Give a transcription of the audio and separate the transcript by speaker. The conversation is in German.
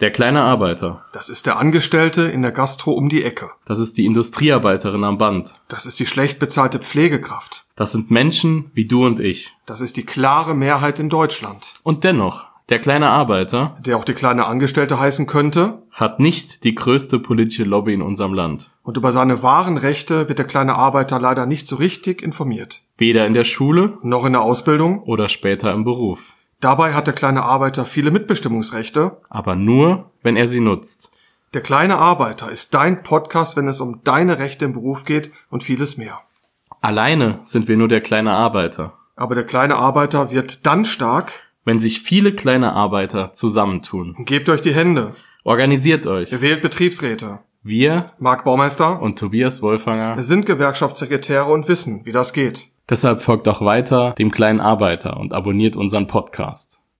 Speaker 1: Der kleine Arbeiter.
Speaker 2: Das ist der Angestellte in der Gastro um die Ecke.
Speaker 1: Das ist die Industriearbeiterin am Band.
Speaker 2: Das ist die schlecht bezahlte Pflegekraft.
Speaker 1: Das sind Menschen wie du und ich.
Speaker 2: Das ist die klare Mehrheit in Deutschland,
Speaker 1: Und dennoch, der kleine Arbeiter
Speaker 2: der auch die kleine Angestellte heißen könnte.
Speaker 1: hat nicht die größte politische Lobby in unserem Land.
Speaker 2: Und über seine wahren Rechte wird der kleine Arbeiter leider nicht so richtig informiert.
Speaker 1: Weder in der Schule
Speaker 2: Noch in der Ausbildung.
Speaker 1: oder später im Beruf.
Speaker 2: Dabei hat der kleine Arbeiter viele Mitbestimmungsrechte.
Speaker 1: Aber nur, wenn er sie nutzt.
Speaker 2: Der kleine Arbeiter ist dein Podcast, wenn es um deine Rechte im Beruf geht und vieles mehr.
Speaker 1: Alleine sind wir nur der kleine Arbeiter.
Speaker 2: Aber der kleine Arbeiter wird dann stark.
Speaker 1: Wenn sich viele kleine Arbeiter zusammentun.
Speaker 2: Gebt euch die Hände.
Speaker 1: Organisiert euch.
Speaker 2: Ihr wählt Betriebsräte.
Speaker 1: Wir
Speaker 2: Marc Baumeister
Speaker 1: und Tobias Wolfanger.
Speaker 2: sind Gewerkschaftssekretäre und wissen, wie das geht.
Speaker 1: Deshalb folgt auch weiter dem kleinen Arbeiter und abonniert unseren Podcast.